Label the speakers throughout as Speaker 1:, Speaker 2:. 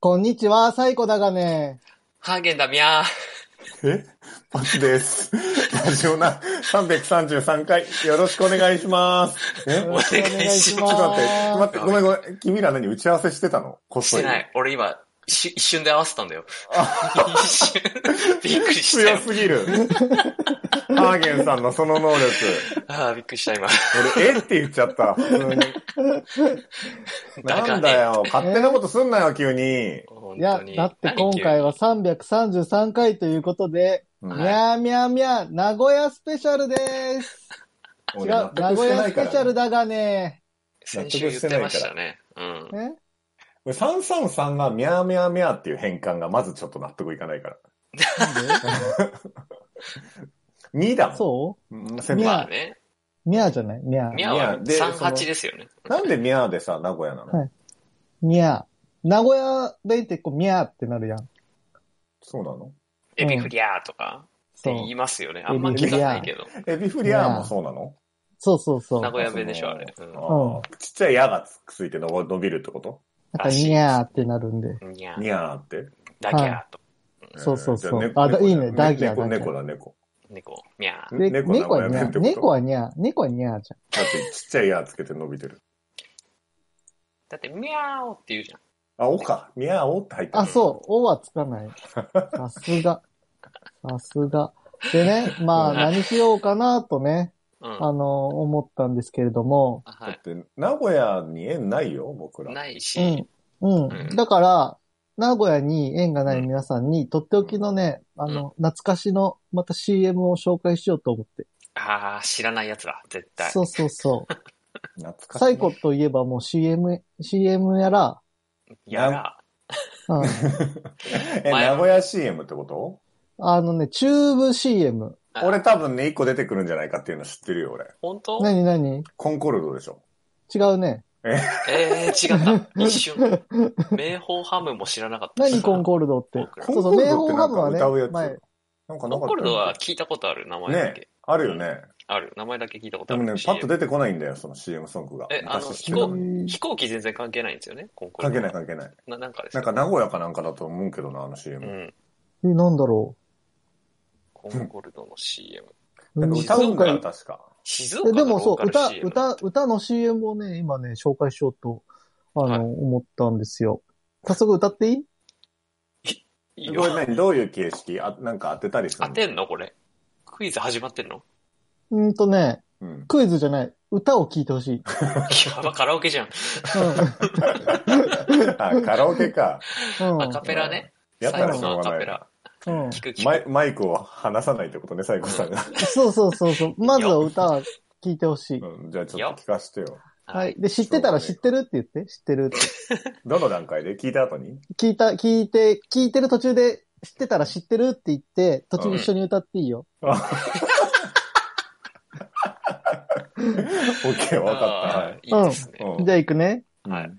Speaker 1: こんにちは、サイコだがね。
Speaker 2: ハーゲンダミャー。
Speaker 3: えパチです。ラジオナ333回、よろしくお願いします。えち
Speaker 1: よ
Speaker 3: ょ
Speaker 1: ろ
Speaker 3: っ
Speaker 1: しくお願いし
Speaker 3: と
Speaker 1: ます。
Speaker 3: 待って、待って、ごめんごめん。君ら何打ち合わせしてたのこ っ
Speaker 2: し
Speaker 3: そ
Speaker 2: て
Speaker 3: り。
Speaker 2: ない。俺今、一瞬一瞬で合わせたん だよ。一瞬。びっくりしたよ。
Speaker 3: 強すぎる。ハーゲンさんのその能力。
Speaker 2: ああ、びっくりした今。
Speaker 3: 俺、えって言っちゃった。普通に
Speaker 2: だ
Speaker 3: な
Speaker 2: が
Speaker 3: んだ
Speaker 2: ね。
Speaker 3: よ。勝手なことすんなよ、急に。
Speaker 2: 本
Speaker 1: いや
Speaker 2: 当に、
Speaker 1: だって今回は333回ということで、
Speaker 3: うん
Speaker 1: みゃーみゃーみゃー、名古屋スペシャルです。違う、
Speaker 3: 俺
Speaker 1: 名古屋スペシャル
Speaker 3: だ。
Speaker 1: だがね。
Speaker 2: 先週言ってましたね。うん。
Speaker 1: え
Speaker 3: 俺333がミャーミャーミャーっていう変換がまずちょっと納得いかないから。2だもん。
Speaker 1: そ
Speaker 3: うんせ
Speaker 1: ミ
Speaker 3: めて
Speaker 1: ャー
Speaker 2: まあね。
Speaker 1: うミャーじゃないミャー。
Speaker 2: ミャーは
Speaker 3: ミャーで
Speaker 2: 38ですよね。
Speaker 3: なんでミャーでさ、名古屋なの、
Speaker 1: はいミャー。名古屋弁ってこう、ミャーってなるやん。
Speaker 3: そうなの
Speaker 2: エビフリアーとかっ
Speaker 1: そ
Speaker 2: て
Speaker 1: う。
Speaker 2: 言いますよね。あんま聞かないけど。
Speaker 3: エビフリアーもそうなの
Speaker 1: そうそうそう。な
Speaker 2: 名
Speaker 1: ん
Speaker 2: 古屋弁でしょ、あれ。
Speaker 3: あ
Speaker 2: うん
Speaker 3: ーちっちゃい矢がつくついてのぼ伸びるってこと
Speaker 1: か、ニャーってなるんで。
Speaker 2: ニャー
Speaker 3: ニャーって。
Speaker 2: ダギャーと。
Speaker 1: そうそうそう
Speaker 3: じゃ
Speaker 1: あだいいね
Speaker 3: 猫
Speaker 1: ダギャー
Speaker 3: 猫、
Speaker 1: ダギャー
Speaker 3: 猫だ、猫。
Speaker 2: 猫、ミャー。
Speaker 1: で、
Speaker 3: 猫
Speaker 1: 猫は
Speaker 3: 名古
Speaker 1: ニ
Speaker 3: 屋
Speaker 1: ャ
Speaker 3: 弁
Speaker 1: ー。
Speaker 3: ってこと
Speaker 1: 猫はニャー。猫はニャーじ
Speaker 3: だってちっちゃい矢つけて伸びてる。
Speaker 2: だって、ミャーオって言うじゃん。
Speaker 3: あ、おか。ミャーおって入って
Speaker 1: ゃん。あ、
Speaker 3: る。
Speaker 1: そう。おはつかない。さすが。さすが。でね、まあ、何しようかなとね、
Speaker 2: うん。
Speaker 1: あの、思ったんですけれども、
Speaker 2: は
Speaker 3: だ
Speaker 2: い
Speaker 3: っ。て、名古屋に縁ないよ、僕ら。
Speaker 2: ないし、
Speaker 1: うん。う
Speaker 2: うん
Speaker 1: ん。だから、名古屋に縁がない皆さんに、とっておきのね、あの、懐かしの、また CM を紹介しようと思って。
Speaker 2: ああ、知らないやつだ、絶対。
Speaker 1: そうそうそう。
Speaker 3: 懐かしい。
Speaker 1: サイコといえばもう CM、CM やら、
Speaker 2: やら、
Speaker 1: うん。
Speaker 3: え、名古屋 CM ってこと
Speaker 1: あのね、チューブ CM。
Speaker 2: あ
Speaker 3: 俺多分ね、一個出てくるんじゃないかっていうの知ってるよ、俺。
Speaker 2: 本当
Speaker 1: なになに
Speaker 3: コンコルドでしょ。
Speaker 1: 違うね。
Speaker 2: ええー、違った。一瞬。名宝ハムも知らなかった。
Speaker 1: 何コン
Speaker 2: コ
Speaker 1: コルドって。
Speaker 3: コ
Speaker 1: そ
Speaker 3: ン
Speaker 1: うそう、
Speaker 3: コル
Speaker 1: 名
Speaker 3: ドって
Speaker 1: 宝
Speaker 3: な
Speaker 1: ハ
Speaker 3: ん
Speaker 1: ム
Speaker 3: か
Speaker 1: はね
Speaker 3: 歌うや、つ。
Speaker 1: 前、
Speaker 3: なんかなかった
Speaker 2: ンコルドは聞いたことある名前だけ。
Speaker 3: ねあるよね。
Speaker 2: ある。名前だけ聞いたこと
Speaker 3: で
Speaker 2: ある。
Speaker 3: もね、パッと
Speaker 2: CM
Speaker 3: 出てこないんだよ、その CM ソングが。
Speaker 2: えあの
Speaker 3: 昔知っ
Speaker 2: 飛
Speaker 3: てた
Speaker 2: 行
Speaker 3: のに
Speaker 2: 飛行機全然関係ないんですよね、コンコル
Speaker 3: 関
Speaker 2: ド
Speaker 3: 係
Speaker 2: は
Speaker 3: ない関係ない。
Speaker 2: ななんかです
Speaker 3: な
Speaker 2: よ
Speaker 3: んか名古屋かなんかだと思うけどな、あの CM。
Speaker 2: うん。
Speaker 1: え、なんだろ
Speaker 2: コンコルドの CM。
Speaker 1: う。
Speaker 3: なんか歌うんだ
Speaker 1: 今
Speaker 3: よ、
Speaker 1: 回
Speaker 3: 確か。
Speaker 2: 静
Speaker 1: え
Speaker 2: 岡
Speaker 1: で
Speaker 2: の
Speaker 1: もそ
Speaker 2: ロー
Speaker 1: う、
Speaker 2: カル
Speaker 1: 歌、
Speaker 2: CM
Speaker 1: 歌、歌の CM をね、今ね、紹介しようと、あの、
Speaker 2: はい
Speaker 1: 思ったんですよ。早速歌っていい
Speaker 2: いい
Speaker 3: これ
Speaker 2: よ。
Speaker 3: 何どういう形式あ、なんか当てたりする
Speaker 2: 当
Speaker 3: の
Speaker 2: てんのこれ。クイズ始まってん の
Speaker 1: うーんとね、
Speaker 3: うん。
Speaker 1: クイズじゃない。歌を聴いてほしい。うん。
Speaker 2: やば、カラオケじゃん。
Speaker 3: あ、カラオケか。
Speaker 1: うん
Speaker 2: アカペラね。
Speaker 3: やっ た
Speaker 2: 最
Speaker 3: ら
Speaker 2: 後
Speaker 3: し
Speaker 2: の
Speaker 3: ょ
Speaker 2: ア
Speaker 3: う
Speaker 2: カ
Speaker 3: がな
Speaker 2: ペ
Speaker 3: い。
Speaker 2: ラ。
Speaker 1: うん。
Speaker 2: 聞く聞く。
Speaker 3: マイマイクを離さないってことね、サイコさんが。
Speaker 1: そうそうそうそう。まずは歌は聴いてほしい。
Speaker 3: うん、じゃあちょっと聞かせてよ。
Speaker 1: は
Speaker 2: はいい。
Speaker 1: で、知ってたら知ってるって言って。知ってるって。
Speaker 3: どの段階で聞いた後に
Speaker 1: 聞いた、聞いて、聞いてる途中で、知ってたら知ってるって言って、途中一緒に歌っていいよ。
Speaker 3: オッケー、わか
Speaker 2: あ
Speaker 3: っ
Speaker 2: ーいいですね
Speaker 3: た。。はい。
Speaker 1: じゃあ行くね。
Speaker 3: うん
Speaker 2: はい。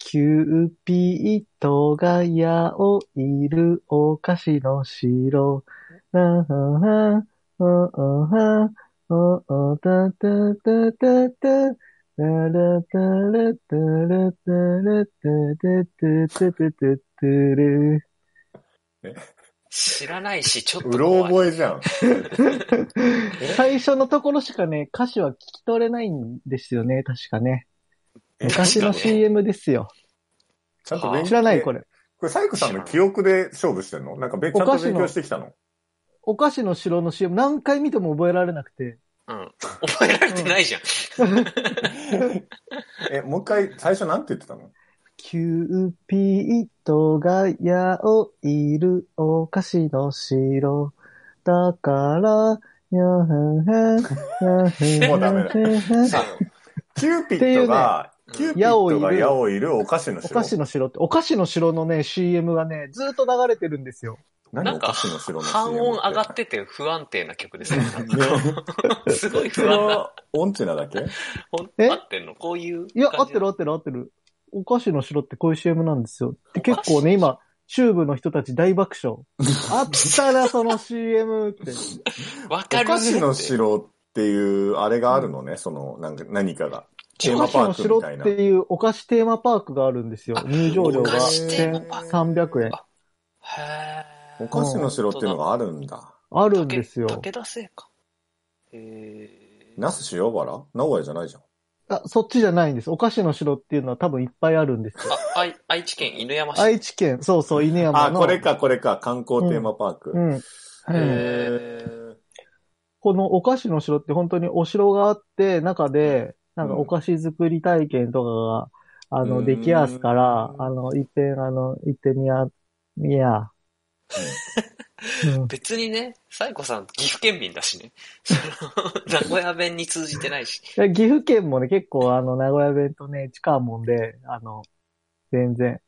Speaker 1: キューピートが矢をいるお菓子の城。なあはあ、おおはあ、おおたたたたた。タラタラタラタラタラタタタタタタル。
Speaker 2: 知らないし、ちょっと
Speaker 3: う
Speaker 2: 怖い。
Speaker 3: ろ覚えじゃん。
Speaker 1: 最初のところしかね、歌詞は聞き取れないんですよね、確かね。昔の
Speaker 2: 確かに
Speaker 1: CM ですよ。
Speaker 3: ちゃんと勉強。
Speaker 1: 知らないこれ。
Speaker 3: これ、サイコさんの記憶で勝負してんのなんかべ、ちゃんと勉強してきたの
Speaker 1: お菓子の城の CM 何回見ても覚えられなくて。
Speaker 2: うん。覚えられてないじゃん。
Speaker 3: え、もう一回、最初なんて言ってたの
Speaker 1: キューピートが矢をいるお菓子の城。だから、やはんはん、や
Speaker 3: もうダメだ
Speaker 1: だ。
Speaker 3: キューピットが、
Speaker 2: って
Speaker 3: キ
Speaker 2: いうね
Speaker 3: ューピットが矢をいるお菓子の
Speaker 1: お
Speaker 3: 城。
Speaker 1: 菓子の城って、お菓子の城のね、CM がね、ずっと流れてるんですよ。
Speaker 3: 何お菓子の城の
Speaker 2: 半音上がってて不安定な曲ですね。 すごい不安な。
Speaker 3: は音痴なだけ
Speaker 2: 本
Speaker 1: え
Speaker 2: 当合ってんのこういう感じ。
Speaker 1: いや、合ってる合ってる合ってる。お菓子の城ってこういう CM なんですよ。で、結構ね、今、チューブの人たち大爆笑。あったらその CM って。
Speaker 2: わ
Speaker 3: お
Speaker 2: かる
Speaker 3: 菓
Speaker 2: って
Speaker 3: 子の城っていう、あれがあるのね、その、なんか、何かが。テー
Speaker 1: お
Speaker 3: マ
Speaker 1: 菓子
Speaker 3: パ
Speaker 1: の
Speaker 3: ーク
Speaker 1: 城
Speaker 3: み
Speaker 1: った
Speaker 3: いな
Speaker 1: て。いうお菓子テーマパークがあるんですよ
Speaker 2: あ。
Speaker 1: 入場料
Speaker 2: お
Speaker 1: が
Speaker 2: 菓子テーマパーク
Speaker 1: 1300円。
Speaker 2: へ
Speaker 3: お
Speaker 2: ー
Speaker 3: 菓子の城っていうのがあるんだ。
Speaker 1: あるんですよ。
Speaker 2: 武武田製菓。へー
Speaker 3: 那須塩原名古屋じゃないじゃん。
Speaker 1: あ、そっちじゃないんです。お菓子の城っていうのは多分いっぱいあるんですよ。
Speaker 2: あ、愛愛知県犬山市。
Speaker 1: 愛知県、そうそう、犬山
Speaker 3: あ、
Speaker 1: の。
Speaker 3: これか、これか。観光テーマパーク。
Speaker 1: うん。うん。
Speaker 3: へー
Speaker 1: このお菓子の城って本当にお城があって、中で、なんかお菓子作り体験とかが、あ
Speaker 3: う
Speaker 1: の、
Speaker 3: ん
Speaker 1: できやすから
Speaker 3: う、ん
Speaker 1: あの、いっぺん、あの、行ってみや、みや。うん
Speaker 2: 別にね、サイコさん、岐阜県民だしね。その名古屋弁に通じてないし。
Speaker 1: で岐阜県もね、結構あの、名古屋弁とね、近いもんで、あの、全然。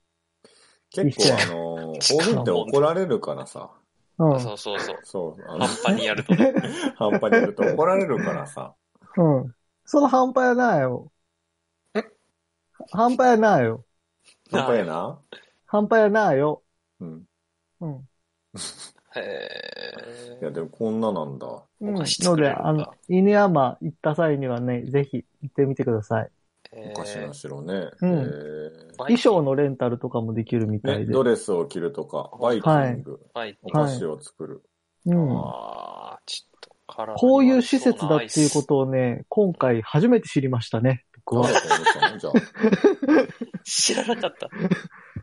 Speaker 3: 結 構あのー、方言って怒られるからさ。
Speaker 1: うん。
Speaker 2: そうそうそう。
Speaker 3: そう。あの
Speaker 2: 半端にやるとね。
Speaker 3: 半端にやると怒られるか らさ。
Speaker 1: うん。その半端やないよ。半端やないよ。
Speaker 3: 半端やな。
Speaker 1: 半端やないよ。
Speaker 3: うん。
Speaker 1: うん。
Speaker 2: へ
Speaker 3: いや、でもこんななんだ。
Speaker 1: うん
Speaker 2: お
Speaker 1: の
Speaker 2: 菓子作れ
Speaker 1: で、
Speaker 2: るんだ
Speaker 1: あの、犬山行った際にはね、ぜひ行ってみてください。
Speaker 2: ー
Speaker 3: お菓子の城ね。
Speaker 1: うん
Speaker 3: へー
Speaker 1: 衣
Speaker 2: バイキン
Speaker 1: 装のレンタルとかもできるみた
Speaker 3: ね、
Speaker 1: いで。
Speaker 3: ドレスを着るとか、バイキング、
Speaker 2: バイキ
Speaker 3: お
Speaker 2: ン
Speaker 3: 菓子を作る。
Speaker 1: うん。
Speaker 2: あーちょっと体に悪そうなアイス、
Speaker 1: こういう施設だっていうことをね、今回初めて知りましたね、僕
Speaker 3: 食
Speaker 1: は
Speaker 3: べ。てみたのじゃあ。
Speaker 2: 知らなかった。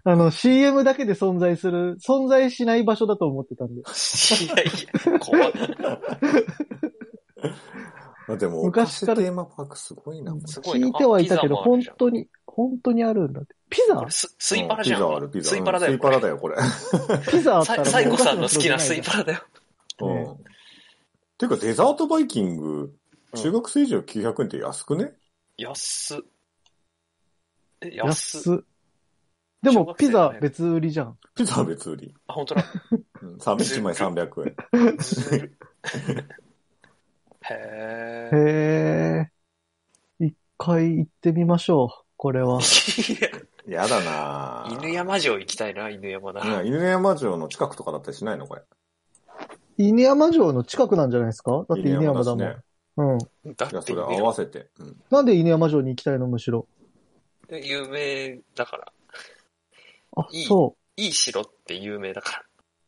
Speaker 1: あの、CM だけで存在する、存在しない場所だと思ってたんで。
Speaker 2: いやいや、怖い。
Speaker 3: まあでも、
Speaker 1: 昔から
Speaker 3: お菓子テーマパークすごいな、これ
Speaker 2: すごいな
Speaker 1: 聞いてはいたけど、
Speaker 2: あピザもあ
Speaker 1: 本
Speaker 2: るじゃん
Speaker 1: 当に、本当にあるんだって。ピ
Speaker 2: こ
Speaker 1: ザ
Speaker 2: れススイパラじゃん。
Speaker 3: ピザある、ピザ。
Speaker 2: スイパラだ
Speaker 3: う
Speaker 2: よ。
Speaker 3: んスイパラだ
Speaker 2: よ。
Speaker 3: よ、これ。
Speaker 1: ピザあった
Speaker 2: サ
Speaker 1: ら
Speaker 2: イ
Speaker 1: もう
Speaker 2: サイコさんの好きな
Speaker 1: お菓子城じ
Speaker 2: ス
Speaker 1: ゃ
Speaker 2: イ
Speaker 1: い
Speaker 2: パラだよ。
Speaker 3: うん。ていうか、デザートバイキング、中学生以上900円って安くね
Speaker 2: 安っ。え、
Speaker 1: じゃん
Speaker 2: 安っ。
Speaker 1: 安っで
Speaker 2: 小
Speaker 1: も、
Speaker 2: 学生
Speaker 1: ピ
Speaker 2: じゃない
Speaker 1: ザ別売りじゃん。
Speaker 3: ピザは別売り。
Speaker 2: あ、本 当だ。
Speaker 3: うん、さん1枚300円。
Speaker 2: ずるへえ。
Speaker 1: へえ。一回行ってみましょう、これ は。
Speaker 3: やだなぁ
Speaker 2: 犬山城行きたいな、犬山なら。
Speaker 3: うん犬山城の近くとかだったりしないのこれ。
Speaker 1: 犬山城の近くなんじゃないですかだって犬山だも
Speaker 3: 犬
Speaker 1: ん。
Speaker 3: しね。
Speaker 1: うん。
Speaker 2: だ
Speaker 3: いや、
Speaker 2: って
Speaker 3: そ
Speaker 2: 犬
Speaker 3: れ合
Speaker 2: 山
Speaker 3: わせて。うん。
Speaker 1: なんで犬山城に行きたいのむしろ。
Speaker 2: 有名だから。
Speaker 1: あ、
Speaker 2: いい
Speaker 1: そ
Speaker 2: いい城って有名だか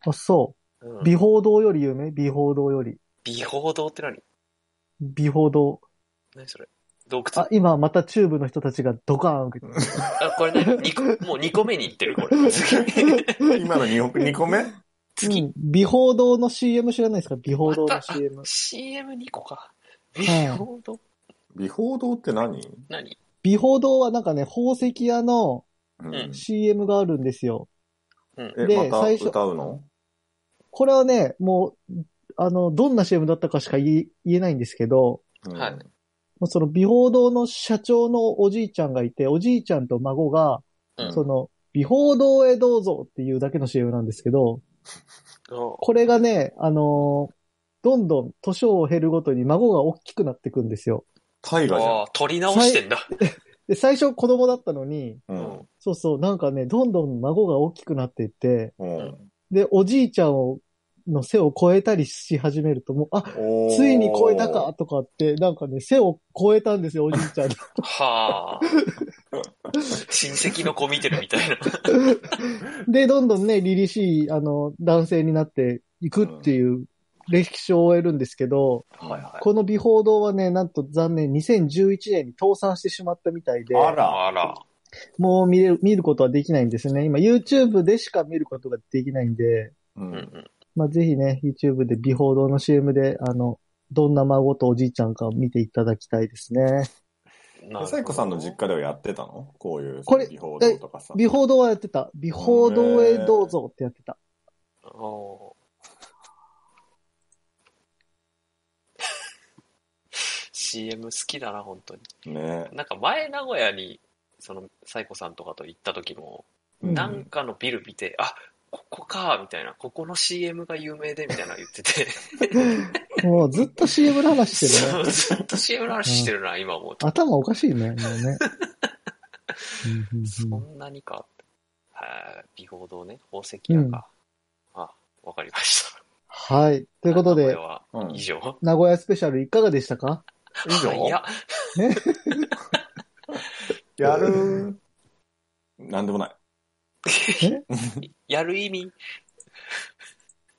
Speaker 1: う。あ、そ
Speaker 2: ら。う
Speaker 1: う。
Speaker 2: ん、
Speaker 1: 美宝堂より有名美宝堂より。
Speaker 2: 美宝堂って何
Speaker 1: 美宝堂。
Speaker 2: 何それ洞窟
Speaker 1: あ、今またチューブの人たちがドカーン受けてる。
Speaker 2: あ、これね、二個、もう2個目に行ってる、こ れ。次。
Speaker 3: 今の2本、二個目
Speaker 2: 次。
Speaker 1: うん美宝堂の CM 知らないですか美宝堂の CM。
Speaker 2: CM2 個か。
Speaker 1: ん
Speaker 2: 美容堂
Speaker 3: 美宝堂って何
Speaker 2: 何
Speaker 1: 美宝堂はなんかね、宝石屋の
Speaker 3: うん
Speaker 2: うん
Speaker 1: CM があるんですよ。で
Speaker 3: え、また
Speaker 1: 最初
Speaker 3: 歌うの
Speaker 1: これはね、もう、あの、どんな CM だったかしか言い言えないんですけど、
Speaker 3: うん
Speaker 2: はい
Speaker 1: もうその美宝堂の社長のおじいちゃんがいて、おじいちゃんと孫が、
Speaker 2: うん
Speaker 1: その、美宝堂へどうぞっていうだけの CM なんですけど、これがね、あのーどんどん年を減るごとに孫が大きくなっていくんですよ。
Speaker 3: 大河じゃん
Speaker 2: ああ、取り直してんだ。
Speaker 1: で、最初子供だったのに、。
Speaker 2: う
Speaker 3: う
Speaker 2: ん
Speaker 3: ん。
Speaker 1: そうそう、なんかね、どんどん孫が大きくなっていって、
Speaker 3: うん。
Speaker 1: で、おじいちゃんを、の背を超えたりし始めると、もう、あ、
Speaker 3: おー
Speaker 1: ついに超えたかとかって、なんかね、背を超えたんですよ、おじいちゃん。
Speaker 2: はあ。親戚の子見てるみたいな。
Speaker 1: で、どんどんね、凛々しい、あの、男性になっていくっていう歴史を終えるんですけど、
Speaker 3: はいは
Speaker 1: この美報堂はね、なんと残念、2011年に倒産してしまったみたいで、
Speaker 3: あら。
Speaker 2: あら。
Speaker 1: もう見れる、見ることはできないんですね。今、YouTube でしか見ることができないんで、
Speaker 3: う。
Speaker 2: うんん
Speaker 1: まあ、ぜひね、YouTube で美報堂の CM で、あの、どんな孫とおじいちゃんか見ていただきたいですね。
Speaker 2: うん。
Speaker 3: サイコさんの実家ではやってたのこういう、
Speaker 1: これ
Speaker 3: 美宝堂とかさ。
Speaker 1: 美報堂はやってた。美報堂へどうぞってやってた。
Speaker 2: おー CM 好きだな、本当に。
Speaker 3: ね
Speaker 2: なんか前名古屋に、その、サイコさんとかと行った時も、
Speaker 1: うん
Speaker 2: なんかのビル見て、あ、ここか、みたいな、ここの CM が有名で、みたいなの言ってて、
Speaker 1: もうずっと CM の話してるね
Speaker 2: そ。うずっと CM の話してるな、今思うと。
Speaker 1: 頭おかしい ね、もうね。うん
Speaker 2: そ
Speaker 1: うんうん
Speaker 2: んなにかって。はい、美宝堂ね、宝石屋か。あ、わかりました。
Speaker 1: はい。と
Speaker 2: と
Speaker 1: いうことで、
Speaker 2: は
Speaker 3: うん
Speaker 2: 以上。
Speaker 1: 名古屋スペシャルいかがでしたか
Speaker 3: 以上
Speaker 2: いや、
Speaker 3: やるー。なんでもない。
Speaker 2: やる意味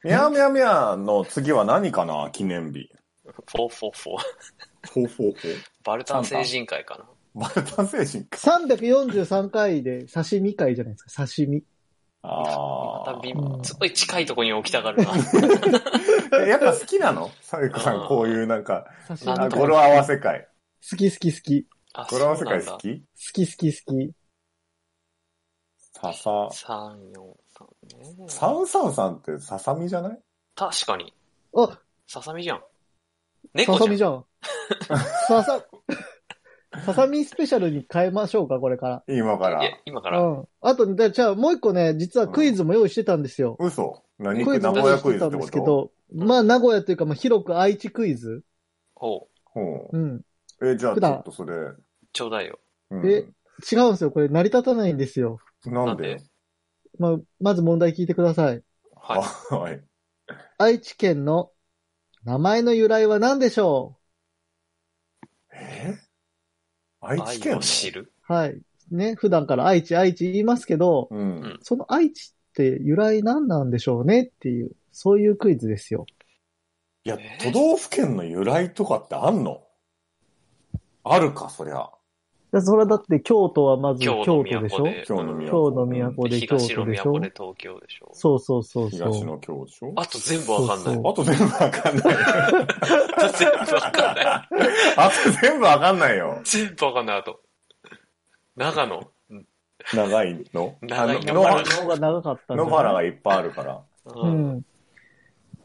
Speaker 3: みゃーみゃーみゃーの次は何かな記念日。
Speaker 2: フォーフォーフォー。
Speaker 3: ほうほうほう。
Speaker 2: バルタン星人会かな。
Speaker 3: バルタン星人か。
Speaker 1: 343回で刺身会じゃないですか、刺身。
Speaker 2: ま
Speaker 3: あ
Speaker 2: たび
Speaker 1: うん
Speaker 2: すごい近いとこに置きたがるな。
Speaker 3: あ。やっぱ好きなのサイコさん、こういうなんか、
Speaker 1: 刺
Speaker 2: あ
Speaker 1: 身
Speaker 3: あ
Speaker 1: 会。
Speaker 3: 語呂合わせ会。
Speaker 1: 好き好き好き。
Speaker 2: あ、
Speaker 3: 語呂合わせ会好き
Speaker 1: 好き好き好き。
Speaker 3: ささ、
Speaker 2: 三四三ね。
Speaker 3: サウサウさんってささみじゃない
Speaker 2: 確かに。
Speaker 1: あ、
Speaker 2: ささみじゃん。
Speaker 1: さ
Speaker 2: 猫じ
Speaker 1: さ
Speaker 2: ゃん。
Speaker 1: みじゃん。ささ、ささみスペシャルに変えましょうか、これか。
Speaker 3: 今か
Speaker 2: いや
Speaker 3: ら。、
Speaker 2: 今からら。
Speaker 1: うん。あと、でじゃあもう一個ね、実はクイズも用意してたんですよ。
Speaker 3: 嘘何
Speaker 1: クイズ
Speaker 3: 名
Speaker 1: も
Speaker 3: 古
Speaker 1: 用
Speaker 3: 屋
Speaker 1: 意し
Speaker 3: クイ
Speaker 1: て
Speaker 3: ズ
Speaker 1: た
Speaker 3: っ
Speaker 1: ん
Speaker 3: て
Speaker 1: で
Speaker 3: こ
Speaker 1: すけ
Speaker 3: と
Speaker 1: ど、まあ、名古屋というか、まあ、広く愛知クイズ
Speaker 2: ほう、
Speaker 3: ほ
Speaker 1: うん。
Speaker 3: うえ、じゃあ
Speaker 1: 普
Speaker 3: ちょ
Speaker 1: 段
Speaker 3: っとそれ。
Speaker 2: ちょうだいよ。
Speaker 3: うん
Speaker 1: え違うんですよ。これ成り立たないんですよ。
Speaker 3: なん
Speaker 2: なん
Speaker 3: で
Speaker 2: で
Speaker 1: まあ、まず問題聞いてください。
Speaker 2: はい。
Speaker 3: あ はい。
Speaker 1: 愛知県の名前の由来は何でしょ
Speaker 3: え愛知
Speaker 2: 愛
Speaker 3: 県
Speaker 2: を知る
Speaker 1: うはい。ね、普段から愛知、愛知言いますけど、
Speaker 3: う
Speaker 2: うん
Speaker 3: ん。
Speaker 1: その愛知って由来何なんでしょうねっていう、そういうクイズですよ。
Speaker 3: いや
Speaker 2: え、
Speaker 3: 都道府県の由来とかってあんのあるか、そりゃ。
Speaker 1: だそれはだって京都はまず
Speaker 2: 今
Speaker 1: 京
Speaker 2: 日の
Speaker 1: 都でし
Speaker 2: 都
Speaker 1: ょ
Speaker 2: でし
Speaker 1: 京
Speaker 2: ょうん
Speaker 3: 京都で
Speaker 1: の都で京都で
Speaker 2: 東
Speaker 1: しょ
Speaker 2: の都で東京でしょ
Speaker 1: そうそうそうそう。
Speaker 3: 東の京でしょ
Speaker 2: あと全部わかんな
Speaker 1: そ。
Speaker 2: いう
Speaker 3: あと全部わかんない。
Speaker 2: あと全部わかんない。
Speaker 3: あと全部わかんないよ。
Speaker 2: 全部わかんない、あと。長野。うん
Speaker 3: 長いの
Speaker 2: 長い
Speaker 3: あ
Speaker 2: 野
Speaker 3: の
Speaker 2: 原
Speaker 1: の方が長かったん
Speaker 3: 野
Speaker 1: だ。
Speaker 3: 野原がいっぱいあるから。
Speaker 1: う
Speaker 2: うん
Speaker 1: ん。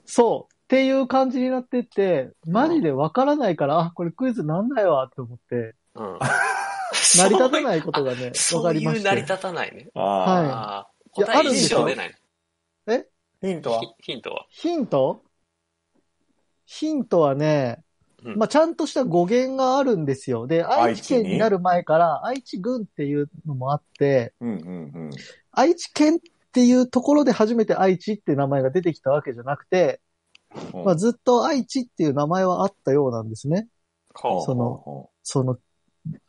Speaker 1: そう。っていう感じになってって、マジでわからないから、あ、これクイズなんだよ、って思って、
Speaker 2: うん。
Speaker 1: 成
Speaker 2: 成
Speaker 1: り立たないことがね、わ
Speaker 2: そ
Speaker 1: か
Speaker 2: う
Speaker 1: り
Speaker 2: い
Speaker 1: ま
Speaker 2: う
Speaker 1: し
Speaker 2: 成り
Speaker 1: て。
Speaker 2: 立たないね。
Speaker 1: はい
Speaker 3: あ
Speaker 2: ああ。
Speaker 1: いや
Speaker 2: 答
Speaker 1: あ
Speaker 2: え
Speaker 1: るんで
Speaker 2: 一
Speaker 1: すよ
Speaker 2: 生出ない。
Speaker 3: あ。ヒントは
Speaker 2: ヒヒントは
Speaker 1: ヒントヒントはね、
Speaker 2: うん
Speaker 1: まあ、ちゃんとした語源があるんですよ。で、愛知県になる前から、愛知郡っていうのもあって、
Speaker 3: うんうんうん。
Speaker 1: 愛知県っていうところで初めて愛知って名前が出てきたわけじゃなくて、まあ、ずっと愛知っていう名前はあったようなんですね。
Speaker 2: ほ。
Speaker 1: そうのその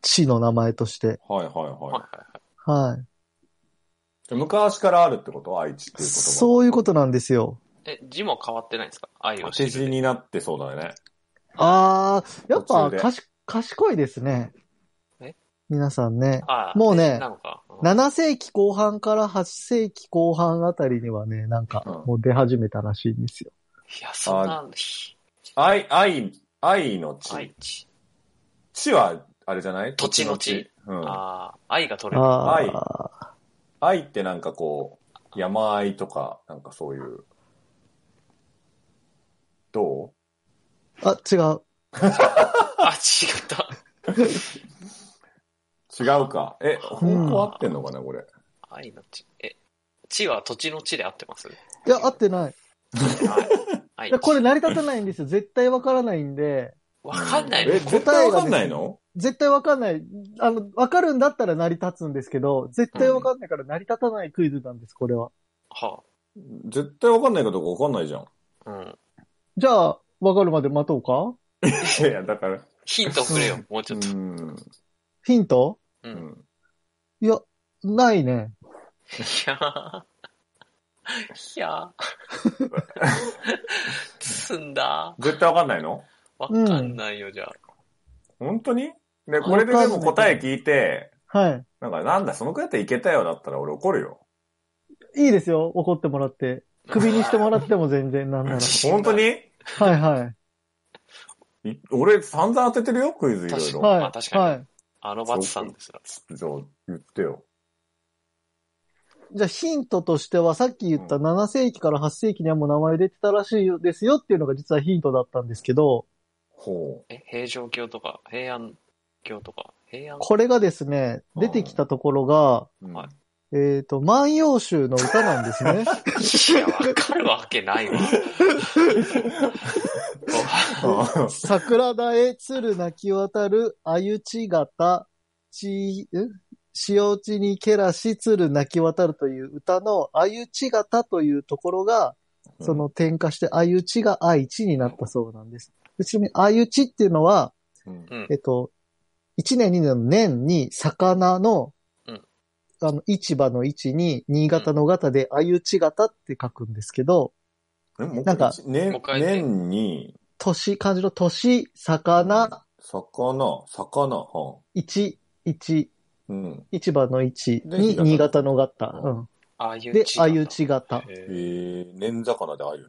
Speaker 1: 市の名前として。
Speaker 3: はいはいは
Speaker 2: はい
Speaker 3: い
Speaker 2: はいはい
Speaker 1: は
Speaker 3: で。昔からあるってこと愛知って
Speaker 1: い。
Speaker 3: いう言葉。
Speaker 1: そういうことなんですよ。
Speaker 2: え、字も変わってないんですか愛を
Speaker 3: 当
Speaker 2: 知
Speaker 3: て
Speaker 2: る
Speaker 3: 字
Speaker 2: で。
Speaker 3: になってそうだね。
Speaker 1: あー、やっ
Speaker 3: 途
Speaker 1: ぱ
Speaker 3: 中で
Speaker 1: かし賢いですね
Speaker 2: え。
Speaker 1: 皆さんね。
Speaker 2: ああ
Speaker 1: もうね
Speaker 2: なのか。うん
Speaker 1: 7世紀後半から8世紀後半あたりにはね、なんか
Speaker 3: うん
Speaker 1: もう出始めたらしいんですよ。
Speaker 2: いや、そんな、ひ
Speaker 3: 愛、愛、愛の地。
Speaker 2: 愛知。
Speaker 3: 地は、あれじゃない
Speaker 2: 土地の地。
Speaker 3: うん。
Speaker 2: ああ、愛が取れる。
Speaker 1: あー、
Speaker 3: 愛ってなんかこう、山愛とか、なんかそういう。ど
Speaker 1: あ、違う。
Speaker 2: あ、違った。
Speaker 3: う違うか。え、方向合ってんのかな、これ。
Speaker 2: 愛の地。え、地は土地の地で合ってます
Speaker 1: いや、合ってない。
Speaker 2: はい
Speaker 1: いや、これ成り立たないんですよ。絶対わからないんで、
Speaker 2: わかんない
Speaker 3: え、
Speaker 2: ね。
Speaker 3: 絶対わかんないの
Speaker 1: 絶対わかんない。あの、わかるんだったら成り立つんですけど、絶対わかんないから成り立たないクイズなんです、これは。
Speaker 2: は
Speaker 3: 絶対わかんないかどうかわかんないじゃん。
Speaker 2: あ、うん。
Speaker 1: じゃあ、わかるまで待とうか
Speaker 3: いやいや、だから。
Speaker 2: ヒントくれよ、もうち
Speaker 3: う
Speaker 2: ょっと。
Speaker 3: ん。
Speaker 1: ヒント
Speaker 2: う。
Speaker 3: うんん。
Speaker 1: いや、ないね。
Speaker 2: いやー。いやー。すんだ。
Speaker 3: 絶対わかんないの
Speaker 2: わかんないよ、じゃあ。
Speaker 3: 本当にね、これででも答え聞いて、
Speaker 1: は
Speaker 3: なんか、なんだ、そのくらいだったらいけたよだったら俺怒るよ。
Speaker 1: い。いいですよ、怒ってもらって。首にしてもらっても全然なんな ら。
Speaker 3: 本当に
Speaker 1: はいはい。
Speaker 3: い俺散々当ててるよ、クイズいろいろ。
Speaker 1: はい。
Speaker 2: まあ確かに
Speaker 1: はい。
Speaker 2: あのバツさんですら。
Speaker 3: じゃあ、言ってよ。
Speaker 1: じゃあヒントとしては、さっき言った7世紀から8世紀にはもう名前出てたらしいですよっていうのが実はヒントだったんですけど、
Speaker 3: ほ
Speaker 2: え、平城京とか、平安京とか、平安
Speaker 1: これがですね、出てきたところが、
Speaker 3: う。うん
Speaker 2: はい
Speaker 1: えっ、と、万葉集の歌なんです ね。
Speaker 2: いや、わかるわけないわ。
Speaker 3: あ
Speaker 1: 桜田へ鶴鳴き渡る、あゆちがた、ち、ん潮落ちにけらし鶴鳴き渡るという歌の、あゆちがたというところが、そ、の転化して、あゆちが愛知になったそうなんです。ちなみに、あゆちっていうのは、
Speaker 3: うん
Speaker 1: えっと、 1年2年の年に魚の、
Speaker 2: うん
Speaker 1: あの、市場の位置に、新潟の型で、あゆち型って書くんですけど、
Speaker 3: えもう一回
Speaker 1: なんか
Speaker 2: もう
Speaker 3: 年
Speaker 2: 一、回ね
Speaker 3: 年に、
Speaker 1: 年、漢字の年、魚、
Speaker 3: 魚、魚、は
Speaker 1: 一、一、
Speaker 3: あうん。
Speaker 1: 市場の位置
Speaker 3: で
Speaker 1: に、新
Speaker 3: 新
Speaker 1: 潟
Speaker 3: 潟
Speaker 1: の型。
Speaker 3: う
Speaker 1: うん。
Speaker 2: ああいう
Speaker 1: で、
Speaker 2: 地
Speaker 1: あ
Speaker 2: 型
Speaker 1: ゆち型。
Speaker 2: へ
Speaker 3: え
Speaker 2: え
Speaker 3: ー、年魚でああいうの。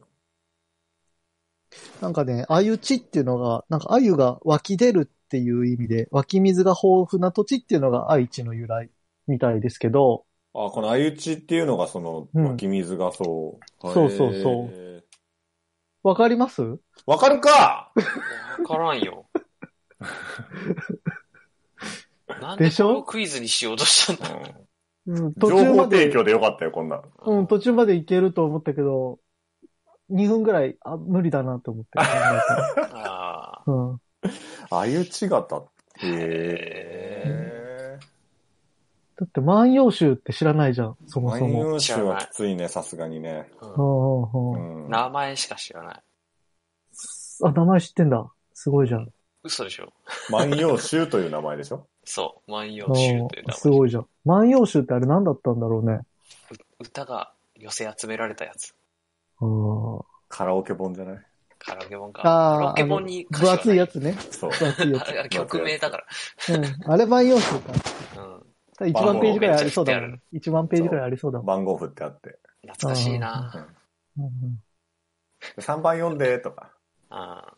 Speaker 1: なんかね、あゆちっていうのが、なんかあゆが湧き出るっていう意味で、湧き水が豊富な土地っていうのが愛知の由来みたいですけど、
Speaker 3: あ、このあゆちっていうのがその、
Speaker 1: うん
Speaker 3: 湧き水がそう。
Speaker 1: そうそうそう
Speaker 3: う。
Speaker 1: わかります
Speaker 3: わかるか
Speaker 2: わから んよ。なん
Speaker 1: で
Speaker 2: で
Speaker 1: しょ
Speaker 2: これをクイズにしようとしたんだ
Speaker 1: うん、
Speaker 3: 情
Speaker 1: 途中
Speaker 3: 報
Speaker 1: まで
Speaker 3: 提、供でよかったよ、こんなん。
Speaker 1: うん、途中までいけると思ったけど、2分ぐらい、あ、無理だなと思って。
Speaker 2: ああ。
Speaker 1: うん。
Speaker 3: あゆち型って。
Speaker 2: へ
Speaker 3: へ
Speaker 1: だって万葉集って知らないじゃん、そもそ
Speaker 3: 万
Speaker 1: も。
Speaker 3: 葉集はきついね、さすがにね。
Speaker 2: うん
Speaker 1: うんうんうん
Speaker 3: うん
Speaker 2: 名前しか知らない。
Speaker 1: あ、名前知ってんだ。すごいじゃん。
Speaker 2: 嘘でしょ
Speaker 3: 万葉集という名前でしょ
Speaker 2: そう。万葉
Speaker 1: あ
Speaker 2: 集という名
Speaker 1: ー
Speaker 2: 前。
Speaker 1: すごいじゃん。万葉集ってあれ何だったんだろうね。
Speaker 2: う歌が寄せ集められたやつ。
Speaker 1: あー
Speaker 3: カラオケ本じゃない
Speaker 2: カラオケ本か。カラ
Speaker 1: あ
Speaker 2: オ
Speaker 1: ー、
Speaker 2: ケ本に
Speaker 1: あの
Speaker 2: 歌詞
Speaker 1: 分
Speaker 2: はない
Speaker 1: 厚いやつね。
Speaker 3: そう。
Speaker 1: 分厚いや
Speaker 2: あれは曲名だか
Speaker 1: つ。うん。あれ万葉集か。
Speaker 2: ら。うん。
Speaker 1: 1万ページくらいありそうだも
Speaker 2: 番号
Speaker 1: ん。1万ページくらいありそうだもん。
Speaker 3: 番号振ってあって。
Speaker 2: 懐かしいな。
Speaker 1: うんうん
Speaker 3: 3番読んで、とか。
Speaker 2: ああ。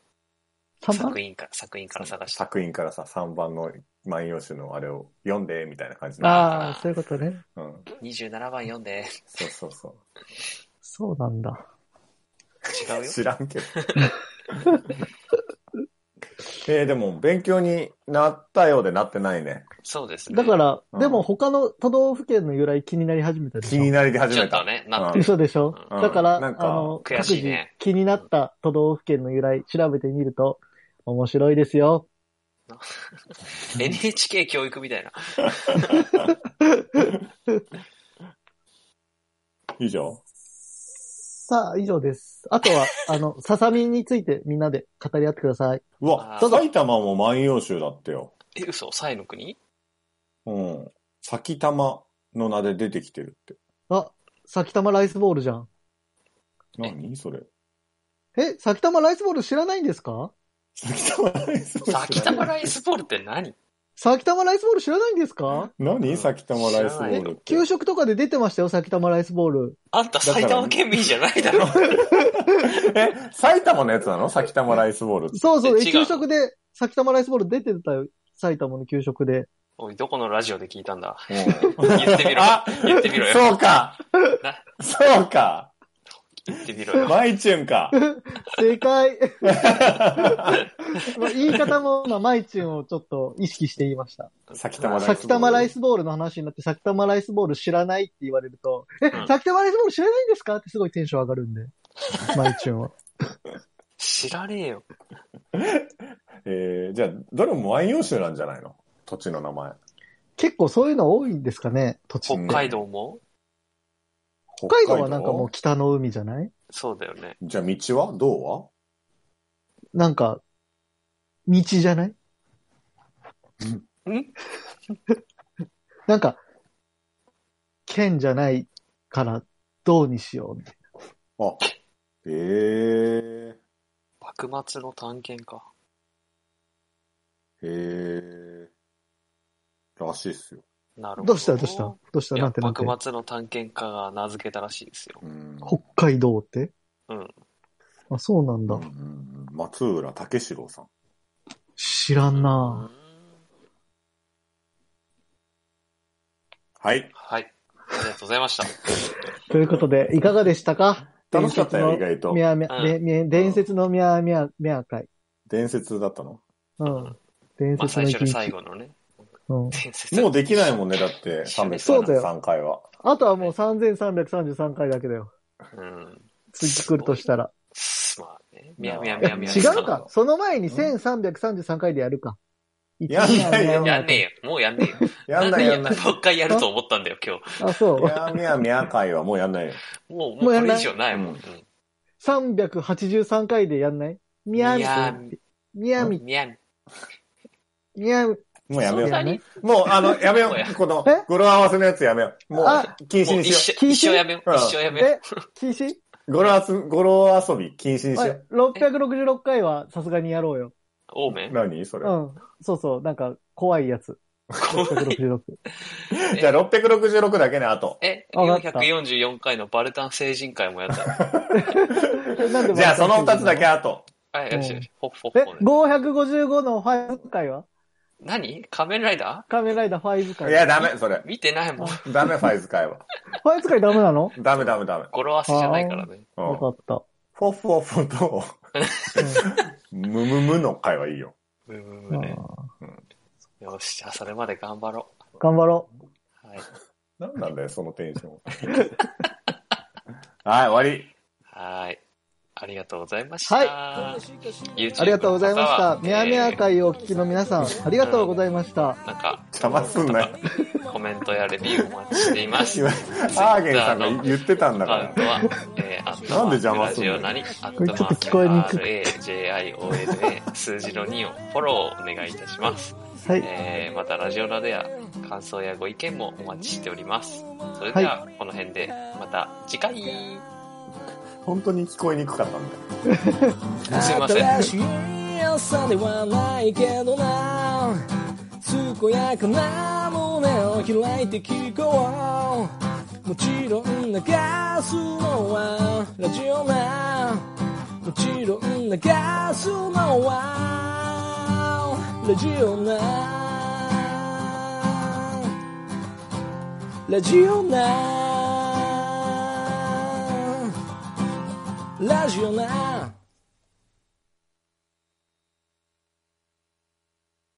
Speaker 1: 三番
Speaker 2: 作品から、作品から探した。
Speaker 3: 作品からさ、3番の万葉集のあれを読んで、みたいな感じの。
Speaker 1: ああ、そういうことね。
Speaker 3: うん。
Speaker 2: 27番読んで。
Speaker 3: そうそうそ
Speaker 1: そうなんだ。
Speaker 2: 違う
Speaker 3: う。
Speaker 2: よ。
Speaker 3: 知らんけど。 えー、でも、勉強になったようでなってないね。
Speaker 2: そうですね。
Speaker 1: だか、ら、
Speaker 3: うん
Speaker 1: でも他の都道府県の由来気になり始めたでし
Speaker 3: 気
Speaker 1: ょ
Speaker 3: に。なり始
Speaker 2: ちょ
Speaker 3: め
Speaker 2: っと
Speaker 3: た。
Speaker 2: ね、なってる。
Speaker 1: 嘘でしょ、
Speaker 3: うん
Speaker 1: だから、
Speaker 3: な
Speaker 1: あ
Speaker 3: んか
Speaker 1: の、
Speaker 2: 悔
Speaker 1: 各
Speaker 2: しい
Speaker 1: 自
Speaker 2: ね
Speaker 1: 気になった都道府県の由来調べてみると面白いですよ。
Speaker 2: NHK 教育みたいな。
Speaker 3: 以上。
Speaker 1: さあ、以上です。あ とは、あの、ささみについてみんなで語り合ってください。
Speaker 3: うわ
Speaker 2: あ、ー
Speaker 3: 埼玉も万葉集だってよ。
Speaker 2: え、嘘サイの国
Speaker 3: うん。先玉の名で出てきてるって。
Speaker 1: あ、先玉ライスボールじゃん。
Speaker 3: 何それ。
Speaker 1: え、先玉ライスボール知らないんですか
Speaker 3: 先玉ライスボール知らない
Speaker 2: 先玉ライスボールって何
Speaker 1: 先玉ライスボール知らないんですか
Speaker 3: 何先玉ライスボールって。
Speaker 1: 給食とかで出てましたよ、先玉ライスボール。
Speaker 2: あんた埼玉県民じゃないだろ。
Speaker 3: え、埼玉のやつなの先玉ライスボールって。
Speaker 1: そうそう、
Speaker 2: え
Speaker 1: え
Speaker 2: 違う
Speaker 1: 給食で先玉ライスボール出てたよ、埼玉の給食で。
Speaker 2: おい、どこのラジオで聞いたんだ
Speaker 3: うん
Speaker 2: 言ってみろ。言ってみろよ。
Speaker 3: そうか
Speaker 2: な
Speaker 3: そうか
Speaker 2: 言ってみろよ。
Speaker 3: マイチュンか
Speaker 1: 正解 まあ言い方も、まあ、マイチュンをちょっと意識して言いました。
Speaker 3: 先玉ライスボール
Speaker 1: 先玉ライスボールの話になって、先玉ライスボール知らないって言われると、え
Speaker 2: う、ん
Speaker 1: 先玉ライスボール知らないんですかってすごいテンション上がるん で、マイチュンは。
Speaker 2: 知らねえよ。
Speaker 3: えー、じゃあ、どれも万葉集なんじゃないの土地の名前。
Speaker 1: 結構そういうの多いんですかね、土地って
Speaker 2: 北。海道も
Speaker 3: 北
Speaker 1: 北海道はなんかもう北の海じゃない
Speaker 2: そうだよね。
Speaker 3: じゃあ、道はどうは
Speaker 1: なんか、道じゃない
Speaker 2: ん
Speaker 1: なんか、県じゃないから、どうにしようみたい
Speaker 3: あ、えー、
Speaker 2: 幕末の探検か。
Speaker 3: えー、らしいっすよ。
Speaker 2: なるほ
Speaker 1: な。
Speaker 2: ど。
Speaker 1: どうしたどうしたどうした
Speaker 2: い
Speaker 1: な
Speaker 2: や
Speaker 1: んてなんて。
Speaker 2: 幕末の探検家が名付けたらしいですよ。
Speaker 3: うん。
Speaker 1: 北海道って
Speaker 2: うん。
Speaker 1: あ、そうなんだ
Speaker 3: うんう。んうん松浦武四郎さん。
Speaker 1: 知らんな
Speaker 3: はい。
Speaker 2: はい。ありがとうございました。
Speaker 1: ということで、いかがでしたか
Speaker 3: 楽しかったよ、意外と
Speaker 1: み。やみや、
Speaker 2: うん
Speaker 1: でみや伝説のみやみや、みや会。
Speaker 3: 伝説だったの
Speaker 1: うん。伝
Speaker 2: ま
Speaker 1: 説
Speaker 2: あ最
Speaker 1: の一
Speaker 2: 初で
Speaker 1: 日、
Speaker 2: 最後のね、
Speaker 1: うん。
Speaker 2: 伝説。
Speaker 3: もうできないもんね、だって、
Speaker 1: そうだよ
Speaker 3: 333回は。
Speaker 1: あとはもう3333回だけだよ。
Speaker 2: うん。
Speaker 1: 次来るとしたら。
Speaker 2: まあね。みやみやみ
Speaker 1: え
Speaker 2: やみや。
Speaker 1: 違うか。その前に1333回でやるか。
Speaker 3: やんないよ
Speaker 2: やんねえよ。もうやんねえよ。
Speaker 3: やんないやんない。
Speaker 2: もう一回やると思ったんだよ、今
Speaker 1: えよ。あ、そう。
Speaker 3: やみやみや会はもうやんないよ。
Speaker 2: 日。もう、も
Speaker 1: も
Speaker 2: う
Speaker 1: うや
Speaker 2: こ
Speaker 1: んない
Speaker 2: れ以上ないもん。
Speaker 3: う
Speaker 1: 383回でやんないみやみ。みやみ。
Speaker 2: みやみ。
Speaker 1: みやみ。
Speaker 3: もうやめ
Speaker 1: そ
Speaker 3: よ
Speaker 1: う
Speaker 3: う。
Speaker 1: だね
Speaker 3: もう、あの、やめよ
Speaker 2: もうや
Speaker 3: う。この
Speaker 1: え、
Speaker 3: 語呂合わせのやつやめよう。も
Speaker 1: あ
Speaker 3: う、禁止
Speaker 2: もう
Speaker 3: に
Speaker 2: 一
Speaker 3: しよ
Speaker 2: 生、
Speaker 1: 禁止
Speaker 2: 一生やめよう。
Speaker 3: うん
Speaker 2: 一生やめよう。
Speaker 1: え、禁止
Speaker 3: う。語呂あつ語呂遊び禁止にし
Speaker 1: は
Speaker 3: よ
Speaker 1: い、666回はさすがにやろうよ。
Speaker 2: オー
Speaker 3: う。
Speaker 2: メン
Speaker 3: 何それ
Speaker 1: う。ん。そうそう、なんか、怖いやつ。666。
Speaker 3: じゃあ、666だけね、あと。
Speaker 2: え、
Speaker 1: わかった
Speaker 2: 444回のバルタン成人会もやったの。
Speaker 1: なんで
Speaker 3: じゃあ、その2つだけあと。
Speaker 2: はい、よしよし。ほっほっ
Speaker 1: え
Speaker 2: ほね、。
Speaker 1: 555の5回は
Speaker 2: 何仮面ライダ
Speaker 1: 仮面ライダー5回。
Speaker 3: いや、ダメ、それ
Speaker 2: ー。見てないもん
Speaker 1: あ。
Speaker 3: ダメ、ファイズ会は。
Speaker 1: 5回ダメなの
Speaker 3: ダメ、ダメ、ダメ。
Speaker 2: 語呂合わせじゃないからね。
Speaker 3: うん
Speaker 1: わかった。
Speaker 3: フォフォフォと、 ムムムの会はいいよ。
Speaker 2: ブーブー
Speaker 1: う
Speaker 2: ブー
Speaker 1: ん
Speaker 2: ね。よし、じゃあそれまで頑張ろ
Speaker 1: 頑張ろう。
Speaker 2: う。はい。
Speaker 3: なんなんだよ、そのテンション。 はい、終わり。
Speaker 2: はい。ありがとうございました。
Speaker 1: はい
Speaker 2: あ
Speaker 1: ありがとうございました。ミヤミヤ
Speaker 2: か
Speaker 1: 会をお聞きの皆さん、ありがとうございました。
Speaker 2: なんか、
Speaker 3: 邪魔すん なよ。
Speaker 2: コメントやレビューお待ちしています。
Speaker 3: 今アーゲンさんが言ってたんだ
Speaker 2: アカ
Speaker 3: か
Speaker 2: ウン
Speaker 3: ら
Speaker 2: ト。は、えー、アット
Speaker 3: なん
Speaker 2: マ
Speaker 3: で
Speaker 2: ー
Speaker 3: 邪
Speaker 2: ク
Speaker 3: 魔
Speaker 2: ラ
Speaker 3: すん
Speaker 2: ジ
Speaker 3: の
Speaker 2: オなり、アッ
Speaker 1: これち
Speaker 2: ト
Speaker 1: ょっ
Speaker 2: マ
Speaker 1: と聞こえに
Speaker 2: ー
Speaker 1: く
Speaker 2: ク
Speaker 1: く
Speaker 2: RAJIONA 数字の2をフォローお願いいたします。
Speaker 1: はい。
Speaker 2: えー、またラジオラでは感想やご意見もお待ちしております。それでは、この辺で、また次回
Speaker 3: 本当に聞こえにくかったんだよ。
Speaker 2: すいません。
Speaker 4: 新しい朝ではないけどな健やかな胸を開いて聞こうもちろん流すのはラジオなもちろん流すのはラジオなラジオなラジオな